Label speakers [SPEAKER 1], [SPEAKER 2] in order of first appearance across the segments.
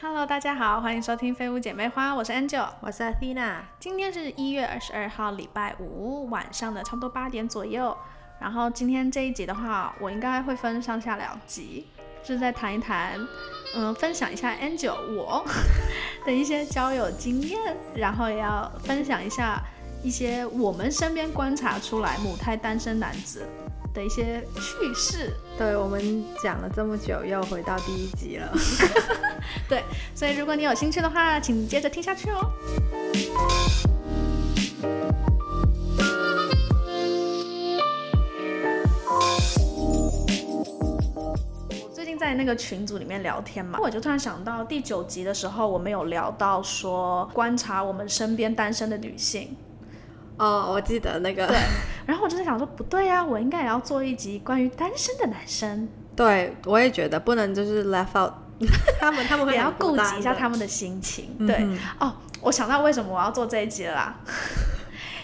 [SPEAKER 1] Hello，大家好，欢迎收听《飞舞姐妹花》，我是 Angel。
[SPEAKER 2] 我是 Athena。
[SPEAKER 1] 今天是一月二十二号，礼拜五晚上的差不多八点左右。然后今天这一集的话，我应该会分上下两集，就是在谈一谈，嗯，分享一下 Angel 我的一些交友经验，然后也要分享一下一些我们身边观察出来母胎单身男子的一些趣事。
[SPEAKER 2] 对我们讲了这么久，又回到第一集了。
[SPEAKER 1] 所以如果你有兴趣的话，请接着听下去哦。我最近在那个群组里面聊天嘛，我就突然想到第九集的时候，我们有聊到说观察我们身边单身的女性，
[SPEAKER 2] 哦，我记得那个，
[SPEAKER 1] 然后我就在想说，不对啊，我应该也要做一集关于单身的男生，
[SPEAKER 2] 对我也觉得不能就是 left out 他们，他们会
[SPEAKER 1] 也要
[SPEAKER 2] 很孤
[SPEAKER 1] 顾
[SPEAKER 2] 单
[SPEAKER 1] 及一下
[SPEAKER 2] 的
[SPEAKER 1] 他们的心情。
[SPEAKER 2] 嗯
[SPEAKER 1] 对，
[SPEAKER 2] 哼
[SPEAKER 1] 哦，我想到为什么我要做这一集了 啦，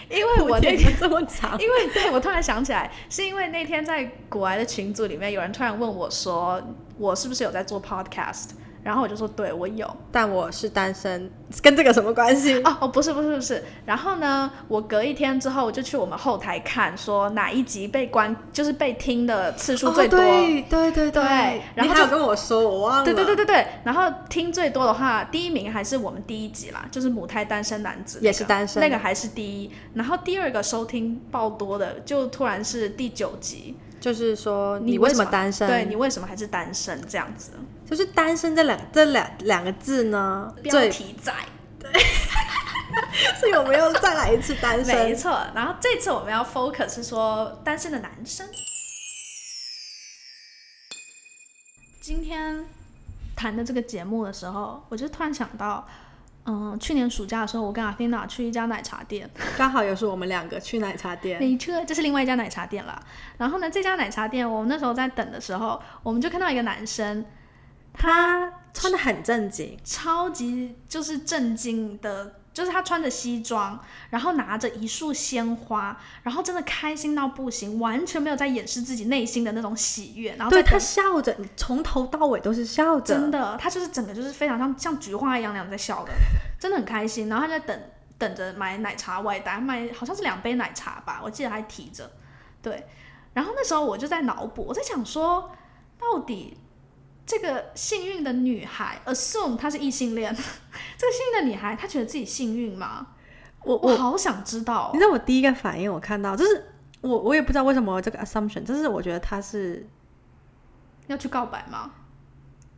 [SPEAKER 1] 因为我那
[SPEAKER 2] 天
[SPEAKER 1] 天。
[SPEAKER 2] 这么长，
[SPEAKER 1] 因为对我突然想起来，是因为那天在国外的群组里面，有人突然问我说，我是不是有在做 podcast？然后我就说，对我有。
[SPEAKER 2] 但我是单身，跟这个什么关 系？
[SPEAKER 1] 哦哦，不是不是不是。然后呢，我隔一天之后，我就去我们后台看，说哪一集被关，就是被听的次数最多。
[SPEAKER 2] 哦对对对
[SPEAKER 1] 对然
[SPEAKER 2] 然
[SPEAKER 1] 后
[SPEAKER 2] 后
[SPEAKER 1] 就
[SPEAKER 2] 他有跟我说，我忘了。
[SPEAKER 1] 对对对对对，然后听最多的话，第一名还是我们第一集啦，就是母胎单身男子、那个，
[SPEAKER 2] 也是单身
[SPEAKER 1] 那个还是第一。然后第二个收听爆多的，就突然是第九集，
[SPEAKER 2] 就是说
[SPEAKER 1] 你
[SPEAKER 2] 你
[SPEAKER 1] 为
[SPEAKER 2] 为
[SPEAKER 1] 什
[SPEAKER 2] 什
[SPEAKER 1] 么
[SPEAKER 2] 么单身？
[SPEAKER 1] 对你为什么还是单身这样子？
[SPEAKER 2] 就是单身这两这两两个字呢，
[SPEAKER 1] 标
[SPEAKER 2] 最
[SPEAKER 1] 题仔，
[SPEAKER 2] 所以我们又再来一次单
[SPEAKER 1] 没
[SPEAKER 2] 身。
[SPEAKER 1] 错。然后这次我们要 focus 是说单身的男生。今天谈的这个节目的时候，我就突然想到，嗯，去年暑假的时候，我跟阿菲娜去一家奶茶店，
[SPEAKER 2] 刚好又是我们两个去奶茶店，
[SPEAKER 1] 没错，这是另外一家奶茶店了。然后呢，这家奶茶店，我们那时候在等的时候，我们就看到一个男生，他
[SPEAKER 2] 穿的很正经，
[SPEAKER 1] 超级就是震惊的，就是他穿着西装，然后拿着一束鲜花，然后真的开心到不行，完全没有在掩饰自己内心的那种喜悦。然后
[SPEAKER 2] 对
[SPEAKER 1] 在
[SPEAKER 2] 他
[SPEAKER 1] 等
[SPEAKER 2] 笑着，你从头到尾都是笑着，
[SPEAKER 1] 真的，他就是整个就是非常像像菊花一样那样在笑 的，真的很开心。然后他在等等着买奶茶外带，买好像是两杯奶茶吧，我记得还提着。对，然后那时候我就在脑补，我在想说，到底这个幸运的女孩，assume 她是异性恋， 这个幸运的女孩，她觉得自己幸运吗？
[SPEAKER 2] 我
[SPEAKER 1] 我好想知道
[SPEAKER 2] 你知道我第一个反应，我看到就是我我也不知道为什么我这个 assumption，就是我觉得他是，
[SPEAKER 1] 要去告白吗？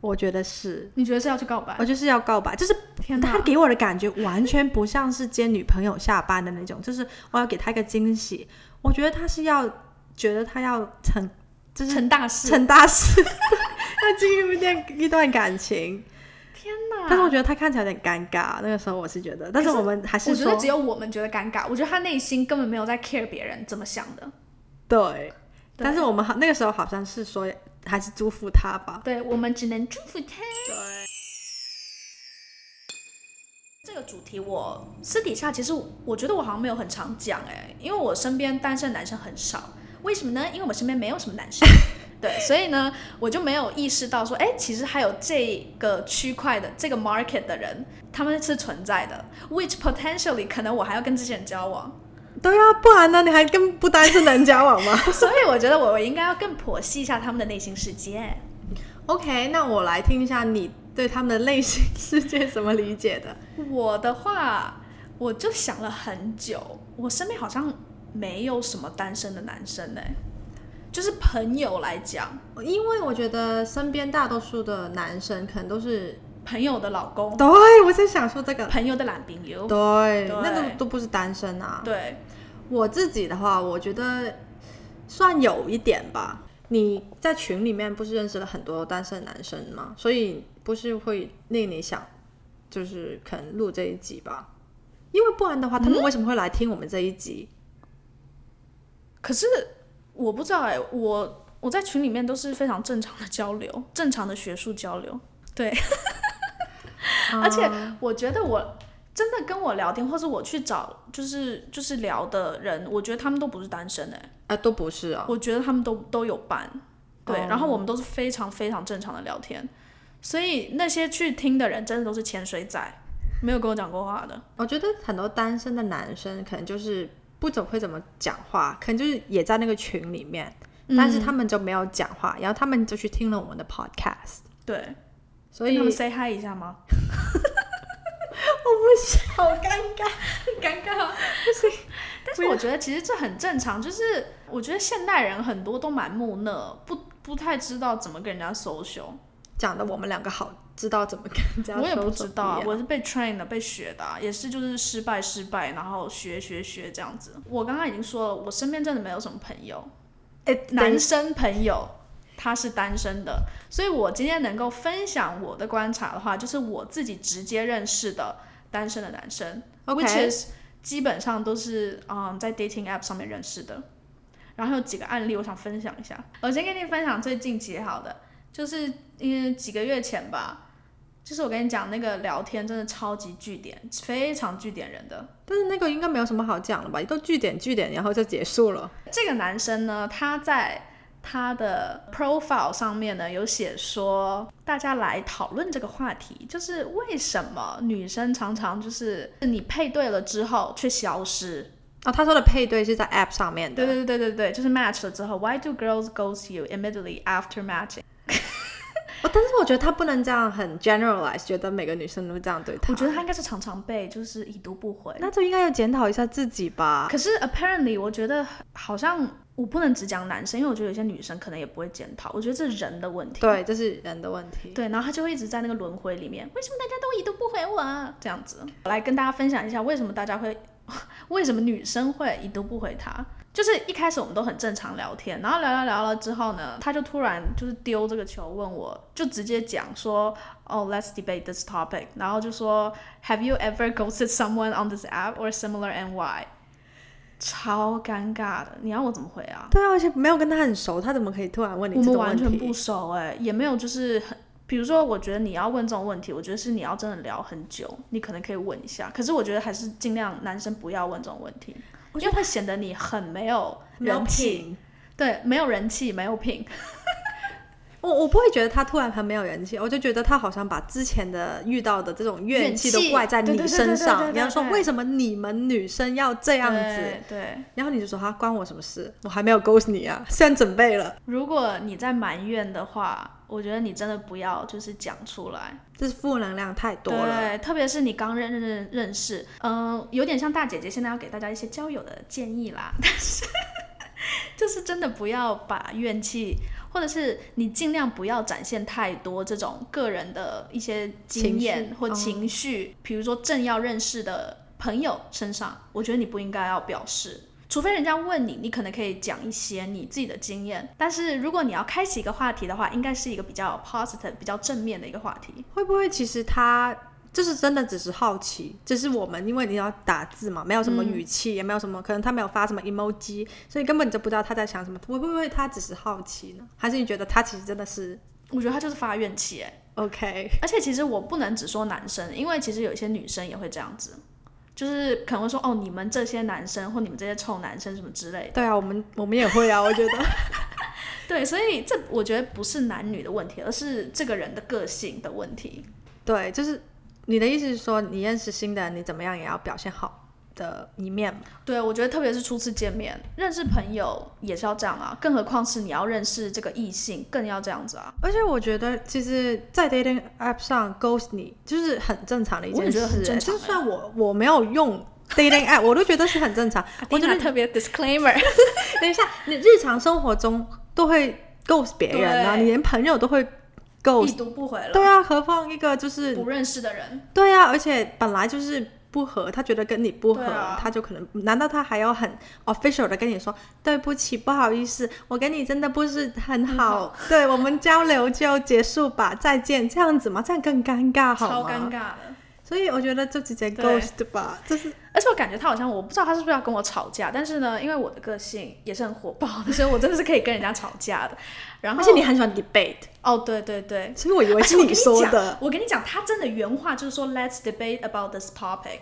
[SPEAKER 2] 我觉得是，
[SPEAKER 1] 你觉得是要去告白
[SPEAKER 2] 我？就是要告白，就是
[SPEAKER 1] 天哪
[SPEAKER 2] 他！给我的感觉完全不像是接女朋友下班的那种，就是我要给他一个惊喜，我觉得他是要觉得他要成就是
[SPEAKER 1] 成大事！
[SPEAKER 2] 成大事， 要进入一段一段感情，
[SPEAKER 1] 天哪！
[SPEAKER 2] 但是我觉得他看起来有点尴尬，那个时候我是觉得，但是
[SPEAKER 1] 啊可是
[SPEAKER 2] 我们还是
[SPEAKER 1] 我觉
[SPEAKER 2] 说
[SPEAKER 1] 得只有我们觉得尴尬，我觉得他内心根本没有在 care 别人怎么想的。
[SPEAKER 2] 对，但是我们好那个时候好像是说还是祝福他吧。
[SPEAKER 1] 对我们只能祝福他。这个主题我私底下其实我觉得我好像没有很常讲哎、因为我身边单身男生很少。为什么呢？因为我身边没有什么男 生，对，所以呢，我就没有意识到说，哎，其实还有这个区块的这个 market 的人，他们是存在的，which potentially 可能我还要跟这些人交往。
[SPEAKER 2] 对啊，不然呢？你还跟不单身男交往吗
[SPEAKER 1] 所以我觉得我应该要更剖析一下他们的内心世界。
[SPEAKER 2] ？OK，那我来听一下你对他们的内心世界怎么理解的。
[SPEAKER 1] 我的话，我就想了很久，我身边好像没有什么单身的男生呢、欸就是朋友来讲，
[SPEAKER 2] 因为我觉得身边大多数的男生可能都是，
[SPEAKER 1] 朋友的老公，
[SPEAKER 2] 对我在想说这个，
[SPEAKER 1] 朋友的男朋友，
[SPEAKER 2] 对，
[SPEAKER 1] 对
[SPEAKER 2] 那都都不是单身啊。
[SPEAKER 1] 对，
[SPEAKER 2] 我自己的话，我觉得算有一点吧。你在群里面不是认识了很多单身男生吗？所以不是会令你想，就是可能录这一集吧？因为不然的话，他们为什么会来听我们这一集？
[SPEAKER 1] 可是我不知道哎、我我在群里面都是非常正常的交流， 正常的学术交流，对。 而且我觉得我真的跟我聊天，或者我去找就是就是聊的人，我觉得他们都不是单身哎、
[SPEAKER 2] 啊，都不是啊。
[SPEAKER 1] 我觉得他们都都有伴，对。
[SPEAKER 2] 哦
[SPEAKER 1] 然后我们都是非常非常正常的聊天，所以那些去听的人真的都是潜水仔，没有跟我讲过话的。
[SPEAKER 2] 我觉得很多单身的男生可能就是不怎么会怎么讲话，可能就是也在那个群里面，但
[SPEAKER 1] 嗯
[SPEAKER 2] 是他们就没有讲话，然后他们就去听了我们的 podcast，
[SPEAKER 1] 嗯对，
[SPEAKER 2] 所
[SPEAKER 1] 跟
[SPEAKER 2] 以
[SPEAKER 1] 哎他们 say hi 一下吗？
[SPEAKER 2] 好尴尬。
[SPEAKER 1] 尴尬，哦但是我觉得其实这很正常，就是我觉得现代人很多都蛮木讷，不不太知道怎么跟人家 social。
[SPEAKER 2] 讲的我们两个好知道怎么跟人家
[SPEAKER 1] 我也不
[SPEAKER 2] 说
[SPEAKER 1] 知
[SPEAKER 2] 什么
[SPEAKER 1] 道啊
[SPEAKER 2] 一，样
[SPEAKER 1] 我是被 train 的，被学的啊、也是就是失败失败，然后学学学这样子。我刚刚已经说了，我身边真的没有什么朋友，
[SPEAKER 2] 哎，
[SPEAKER 1] 男生朋友他是单身的，所以我今天能够分享我的观察的话，就是我自己直接认识的单身的男生
[SPEAKER 2] OK，
[SPEAKER 1] which is 基本上都是嗯在 dating app 上面认识的。然后有几个案例我想分享一下，我先跟你分享最近期好的，就是嗯几个月前吧，就是我跟你讲那个聊天真的超级据点，非常据点人的。
[SPEAKER 2] 但是那个应该没有什么好讲了吧？都据点据点，然后就结束了。
[SPEAKER 1] 这个男生呢，他在他的 profile 上面呢有写说，大家来讨论这个话题，就是为什么女生常常就是你配对了之后却消失。
[SPEAKER 2] 哦，他说的配对是在 App 上面
[SPEAKER 1] 对
[SPEAKER 2] 的，
[SPEAKER 1] 对对对对，就是 match 了之后，Why do girls ghost you immediately after matching？
[SPEAKER 2] 啊哦，但是我觉得他不能这样很 generalize，觉得每个女生都这样对他。
[SPEAKER 1] 我觉得他应该是常常被就是已读不回。
[SPEAKER 2] 那就应该要检讨一下自己吧。
[SPEAKER 1] 可是 apparently，我觉得好像我不能只讲男生，因为我觉得有些女生可能也不会检讨，我觉得这是人的问题。
[SPEAKER 2] 对，这是人的问题。
[SPEAKER 1] 对，然后他就会一直在那个轮回里面，为什么大家都已读不回我啊？这样子，我来跟大家分享一下为什么大家会， 为什么女生会已读不回他。就是一开始我们都很正常聊天，然后聊聊聊了之后呢，他就突然就是丢这个球问我，就直接讲说，哦、l e t s debate this topic，然后就说，Have you ever ghosted someone on this app or similar and why？超尴尬的，你要我怎么回啊？
[SPEAKER 2] 对啊，而且没有跟他很熟，他怎么可以突然问你
[SPEAKER 1] 我
[SPEAKER 2] 这
[SPEAKER 1] 们
[SPEAKER 2] 个问
[SPEAKER 1] 完
[SPEAKER 2] 题？
[SPEAKER 1] 全不熟哎、也没有就是很，比如说，我觉得你要问这种问题，我觉得是你要真的聊很久，你可能可以问一下。可是我觉得还是尽量男生不要问这种问题，
[SPEAKER 2] 我
[SPEAKER 1] 因为会显得你很没有人气。
[SPEAKER 2] 品。
[SPEAKER 1] 对，没有人气，没有品。
[SPEAKER 2] 我我不会觉得他突然很没有人气，我就觉得他好像把之前的遇到的这种怨气
[SPEAKER 1] 怨
[SPEAKER 2] 都
[SPEAKER 1] 气
[SPEAKER 2] 怪在
[SPEAKER 1] 对对
[SPEAKER 2] 你
[SPEAKER 1] 对
[SPEAKER 2] 身
[SPEAKER 1] 对对对对
[SPEAKER 2] 上。
[SPEAKER 1] 对
[SPEAKER 2] 你要说为什么你们女生要这
[SPEAKER 1] 这
[SPEAKER 2] 样子，
[SPEAKER 1] 对。对
[SPEAKER 2] 然后你就说他啊关我什么事？我还没有 ghost 你啊，现在准备了，
[SPEAKER 1] 如果你在埋怨的话，我觉得你真的不要就是讲出来。
[SPEAKER 2] 这是负能量太多了。
[SPEAKER 1] 对，特别是你刚认认认识，嗯、有点像大姐姐现在要给大家一些交友的建议啦， 但是就是真的不要把怨气，或者是你尽量不要展现太多这种个人的一些经
[SPEAKER 2] 情
[SPEAKER 1] 验
[SPEAKER 2] 绪
[SPEAKER 1] 或
[SPEAKER 2] 哦
[SPEAKER 1] 情绪，比如说正要认识的朋友身上，我觉得你不应该要表示。除非人家问你，你可能可以讲一些你自己的经验，但是如果你要开启一个话题的话，应该是一个比较 positive、比较正面的一个话题。
[SPEAKER 2] 会不会其实他就是真的只是好奇，只是我们因为你要打字嘛，没有什
[SPEAKER 1] 嗯
[SPEAKER 2] 么语气，也没有什么，可能他没有发什么 emoji，所以根本就不知道他在想什么。会不会他只是好奇呢？还是你觉得他其实真的是
[SPEAKER 1] 我觉得他就是发怨气哎，
[SPEAKER 2] OK？
[SPEAKER 1] 而且其实我不能只说男生，因为其实有一些女生也会这样子，就是可能会说哦，你们这些男生或你们这些臭男生什么之类的。
[SPEAKER 2] 对啊，我们我们也会啊，我 觉得
[SPEAKER 1] 对，所以这我觉得不是男女的问题，而是这个人的个性的问题。
[SPEAKER 2] 对，就是你的意思是说，你认识新的人，你怎么样也要表现好的一面嘛？
[SPEAKER 1] 对，我觉得特别是初次见面，认识朋友也是要这样啊，更何况是你要认识这个异性，更要这样子啊。
[SPEAKER 2] 而且我觉得，其实，在 dating app 上 ghost 你就是很正常的一
[SPEAKER 1] 我也觉
[SPEAKER 2] 件事、啊
[SPEAKER 1] 得很正常
[SPEAKER 2] 就
[SPEAKER 1] 欸
[SPEAKER 2] 算我我没有用 dating app，我都觉得是很 正常。我
[SPEAKER 1] 我
[SPEAKER 2] 觉
[SPEAKER 1] 觉
[SPEAKER 2] 得
[SPEAKER 1] 得特别 disclaimer，
[SPEAKER 2] 等一下，你日常生活中都会 ghost 别人啊，
[SPEAKER 1] 对
[SPEAKER 2] 你连朋友都会
[SPEAKER 1] 已
[SPEAKER 2] ghost，
[SPEAKER 1] 读不回了，
[SPEAKER 2] 对啊，何况一个就是
[SPEAKER 1] 不认识的人，
[SPEAKER 2] 对啊，而且本来就是不合，他觉得跟你不合，
[SPEAKER 1] 对啊
[SPEAKER 2] 他就可能，难道他还要很 official 的跟你说对不起，不好意思，我跟你真的不是很
[SPEAKER 1] 很
[SPEAKER 2] 好， 对我们交流就结束吧，再见，这样子吗？这样更尴尬好
[SPEAKER 1] 超
[SPEAKER 2] 吗？
[SPEAKER 1] 尴尬的。
[SPEAKER 2] 所以我觉得就直接
[SPEAKER 1] 对
[SPEAKER 2] ghost 吧，就是
[SPEAKER 1] 而且我感觉他好像，我不知道他是不是要跟我吵架，但是呢，因为我的个性也是很火爆的，所以我真的是可以跟人家吵架的。然后，
[SPEAKER 2] 而且你很喜欢 debate，
[SPEAKER 1] 哦，对对对，
[SPEAKER 2] 所以我以为
[SPEAKER 1] 而且
[SPEAKER 2] 是
[SPEAKER 1] 哎 我跟你
[SPEAKER 2] 说
[SPEAKER 1] 讲
[SPEAKER 2] 的。
[SPEAKER 1] 我跟你讲，他真的原话就是说，Let's debate about this topic，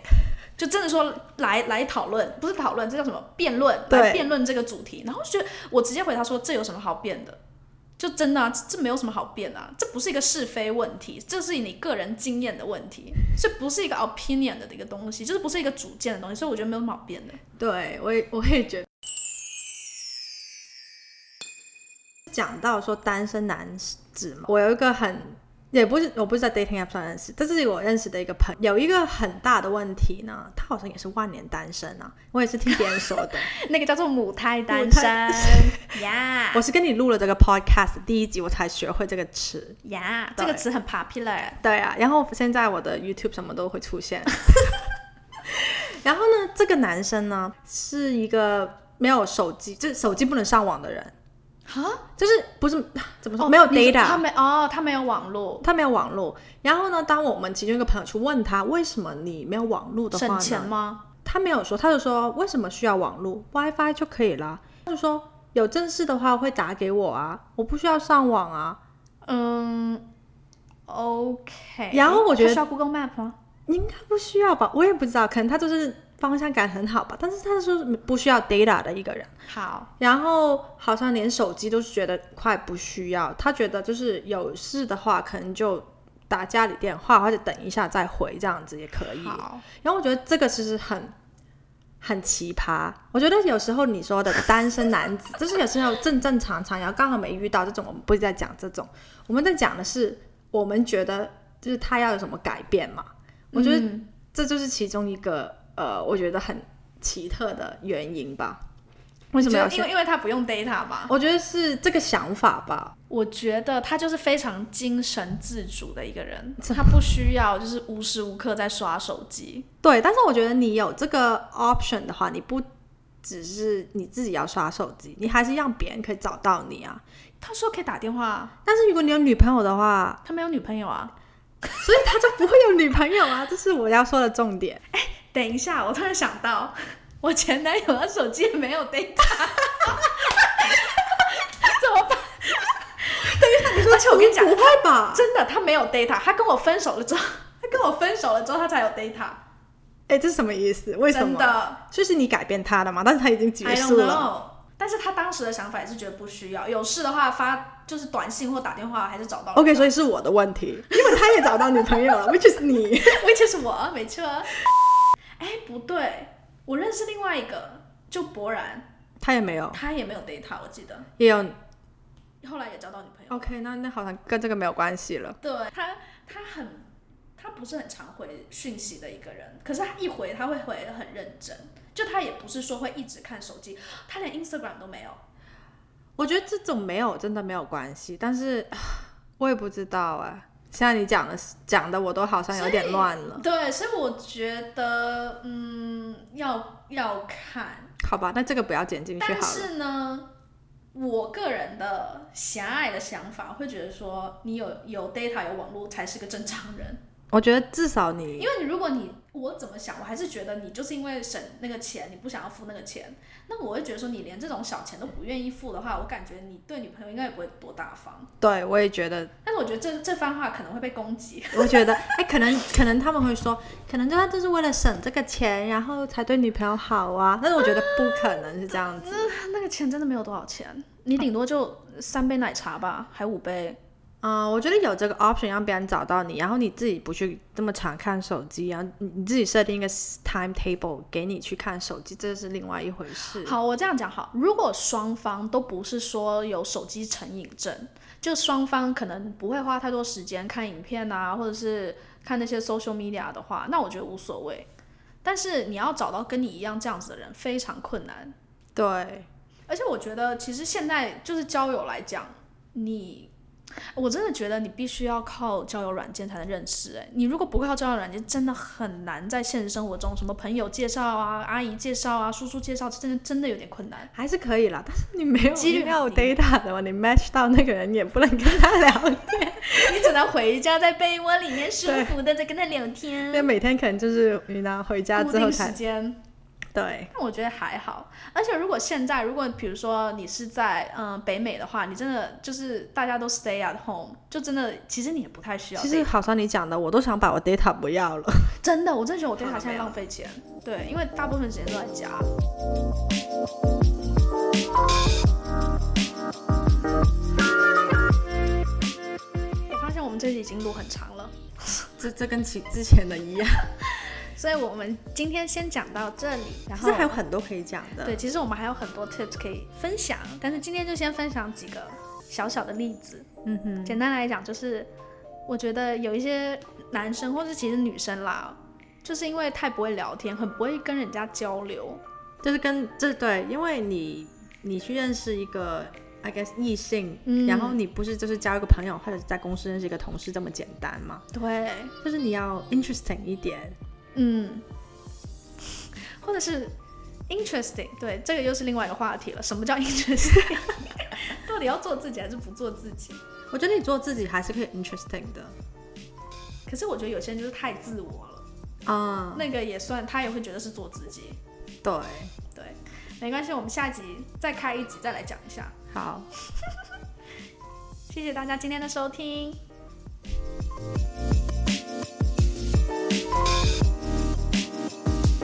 [SPEAKER 1] 就真的说来来讨论，不是讨论，这叫什么辩论？
[SPEAKER 2] 对
[SPEAKER 1] 来辩论这个主题。然后就觉得我直接回答说，这有什么好辩的？就真的、啊、这这没有什么好辩的、啊，这不是一个是非问题，这是你个人经验的问题，这不是一个 opinion 的一个东西，就是不是一个主见的东西，所以我觉得没有什么好辩的。
[SPEAKER 2] 对我也我也觉得。讲到说单身男子嘛，我有一个很也不是我不是在 dating app 上认识，但是我认识的一个朋友，有一个很大的问题呢，他好像也是万年单身啊，我也是听别人说的。
[SPEAKER 1] 那个叫做母胎单
[SPEAKER 2] 母
[SPEAKER 1] 身
[SPEAKER 2] 胎
[SPEAKER 1] 呀
[SPEAKER 2] 我是跟你录了这个 podcast 第一集，我才学会这个词。
[SPEAKER 1] 呀，这
[SPEAKER 2] 对
[SPEAKER 1] 个词很 popular。
[SPEAKER 2] 对啊，然后现在我的 YouTube 什么都会出现。然后呢，这个男生呢是一个没有手机，就是手机不能上网的人，
[SPEAKER 1] 啊，
[SPEAKER 2] 就是不是 怎么说、没有
[SPEAKER 1] 哦你说
[SPEAKER 2] data，
[SPEAKER 1] 他没哦，他没有网络，
[SPEAKER 2] 他没有网络。然后呢，当我们其中一个朋友去问他为什么你没有网络的话
[SPEAKER 1] 省钱
[SPEAKER 2] 呢，
[SPEAKER 1] 吗？
[SPEAKER 2] 他没有说，他就说为什么需要网络，WiFi 就可以啦。他就说有正事的话会打给我啊，我不需要上网啊。
[SPEAKER 1] 嗯，OK。
[SPEAKER 2] 然后我觉得
[SPEAKER 1] 他需要 Google Map 吗？
[SPEAKER 2] 应该不需要吧，我也不知道，可能他就是方向感很好吧。但是他说不需要 data 的一个人，
[SPEAKER 1] 好，
[SPEAKER 2] 然后好像连手机都是觉得快不需要，他觉得就是有事的话可能就打家里电话或者等一下再回这样子也可以。
[SPEAKER 1] 好，
[SPEAKER 2] 然后我觉得这个其实很很奇葩。我觉得有时候你说的单身男子，就是有时候正正常常，然后刚好没遇到这种，我们不是在讲这种，我们在讲的是我们觉得就是他要有什么改变嘛。我觉得
[SPEAKER 1] 嗯
[SPEAKER 2] 这就是其中一个呃，我觉得很奇特的原因吧。为什么要
[SPEAKER 1] 就因为因为他不用 data 嘛。
[SPEAKER 2] 我觉得是这个想法吧。
[SPEAKER 1] 我觉得他就是非常精神自主的一个人，他不需要就是无时无刻在刷手机。
[SPEAKER 2] 对，但是我觉得你有这个 option 的话，你不只是你自己要刷手机，你还是让别人可以找到你啊。
[SPEAKER 1] 他说可以打电话，
[SPEAKER 2] 但是如果你有女朋友的话，
[SPEAKER 1] 他没有女朋友啊。
[SPEAKER 2] 所以他就不会有女朋友啊，这是我要说的重点。
[SPEAKER 1] 等一下，我突然想到， 我前男友他手机也没有 data，怎么办？
[SPEAKER 2] 你说
[SPEAKER 1] 且我 跟你讲
[SPEAKER 2] 不会吧？
[SPEAKER 1] 真的，他没有 data，他跟我分手了之后， 他跟我分手了之后，他才有 data，
[SPEAKER 2] 哎，这是什么意思？为什
[SPEAKER 1] 真
[SPEAKER 2] 么？
[SPEAKER 1] 的。
[SPEAKER 2] 就是你改变他了嘛？但是他已经结
[SPEAKER 1] I
[SPEAKER 2] 束
[SPEAKER 1] don't
[SPEAKER 2] 了。
[SPEAKER 1] know。但是他当时的想法也是觉得不需要，有事的话发就是短信或打电话，还是找到
[SPEAKER 2] OK，所以是我的问题，因为他也找到女朋友了，which is 你。
[SPEAKER 1] ，which is 我，没错。哎，不对，我认识另外一个，就博然，
[SPEAKER 2] 他也没有，
[SPEAKER 1] 他也没有 data，我记得，
[SPEAKER 2] 也有。
[SPEAKER 1] 后来也交到女朋友。
[SPEAKER 2] OK，那那好像跟这个没有关系了。
[SPEAKER 1] 对他，他很，他不是很常回讯息的一个人，可是他一回他会回得很认真，就他也不是说会一直看手机，他连 Instagram 都没有。
[SPEAKER 2] 我觉得这种没有真的没有关系，但是我也不知道哎、现在你讲的讲的，我都好像有点乱了。
[SPEAKER 1] 对，所以我觉得，嗯，要要看，
[SPEAKER 2] 好吧，那这个不要剪进去
[SPEAKER 1] 但
[SPEAKER 2] 好了。
[SPEAKER 1] 是呢，我个人的狭隘的想法会觉得说，你有有 data 有网络才是个正常人，
[SPEAKER 2] 我觉得至少你
[SPEAKER 1] 因为你如果你我怎么想，我还是觉得你就是因为省那个钱，你不想要付那个钱，那我会觉得说，你连这种小钱都不愿意付的话，我感觉你对女朋友应该也不会多大方。
[SPEAKER 2] 对，我也觉得，
[SPEAKER 1] 但是我觉得这这番话可能会被攻击，
[SPEAKER 2] 我觉得，哎，可能可能他们会说，可能他就是为了省这个钱，然后才对女朋友好啊。但是我觉得不可能是这样子。
[SPEAKER 1] 嗯那个钱真的没有多少钱，你顶多就三杯奶茶吧，还五杯。
[SPEAKER 2] 嗯、我觉得有这个 option 让别人找到你，然后你自己不去这么常看手机，然后你你自己设定一个 timetable 给你去看手机，这是另外一回事。
[SPEAKER 1] 好，我这样讲好。如果双方都不是说有手机成瘾症，就双方可能不会花太多时间看影片啊，或者是看那些 social media 的话，那我觉得无所谓。但是你要找到跟你一样这样子的人非常困难，
[SPEAKER 2] 对，
[SPEAKER 1] 而且我觉得其实现在就是交友来讲，你我真的觉得你必须要靠交友软件才能认识、哎，你如果不靠交友软件，真的很难在现实生活中什么朋友介绍啊、阿姨介绍啊、叔叔介绍，真的真的有点困难。
[SPEAKER 2] 还是可以啦，但是你没有
[SPEAKER 1] 几率
[SPEAKER 2] 你没有
[SPEAKER 1] 很低
[SPEAKER 2] data 的话，你 match 到那个人也不能跟他 聊，
[SPEAKER 1] 你只能回家在被窝里面舒服的在跟他聊天
[SPEAKER 2] 因为，每天可能就是你拿回家
[SPEAKER 1] 固
[SPEAKER 2] 之后
[SPEAKER 1] 定时
[SPEAKER 2] 才
[SPEAKER 1] 间。
[SPEAKER 2] 对。
[SPEAKER 1] 但我觉得还好，而且如果现在，如果比如说你是在嗯、呃北美的话，你真的就是大家都 stay at home，就真的其实你也不太需要
[SPEAKER 2] 其
[SPEAKER 1] data。
[SPEAKER 2] 实好像你讲的，我都想把我 data 不要了。
[SPEAKER 1] 真的，我真的觉得我对
[SPEAKER 2] 好
[SPEAKER 1] 他
[SPEAKER 2] 了
[SPEAKER 1] 现在
[SPEAKER 2] 没有
[SPEAKER 1] 浪费钱，对，因为大部分时间都在家。这集已经录很长了，
[SPEAKER 2] 这这跟其之前的一样，
[SPEAKER 1] 所以我们今天先讲到这里，然
[SPEAKER 2] 其
[SPEAKER 1] 后
[SPEAKER 2] 实还有很多可以讲的。
[SPEAKER 1] 对，，其实我们还有很多 tips 可以分享，但是今天就先分享几个小小的例子。
[SPEAKER 2] 嗯哼，
[SPEAKER 1] 简单来讲，就是我觉得有一些男生，或是其实女生啦，就是因为太不会聊天，很不会跟人家交流。
[SPEAKER 2] 就是跟这对，因为你你去认识一个 I guess 异性，
[SPEAKER 1] 嗯
[SPEAKER 2] 然后你不是就是交一个朋友，或者是在公司认识一个同事这么简单嘛？
[SPEAKER 1] 对，
[SPEAKER 2] 就是你要 interesting 一点，
[SPEAKER 1] 嗯，或者是 interesting，对，这个又是另外一个话题了。什么叫 interesting？到底要做自己还是不做自己？
[SPEAKER 2] 我觉得你做自己还是可以 interesting 的。
[SPEAKER 1] 可是我觉得有些人就是太自我了，
[SPEAKER 2] 啊、
[SPEAKER 1] 那个也算，他也会觉得是做自己。
[SPEAKER 2] 对，
[SPEAKER 1] 对，没关系，我们下集再开一集再来讲一下。
[SPEAKER 2] 好，
[SPEAKER 1] 谢谢大家今天的收听。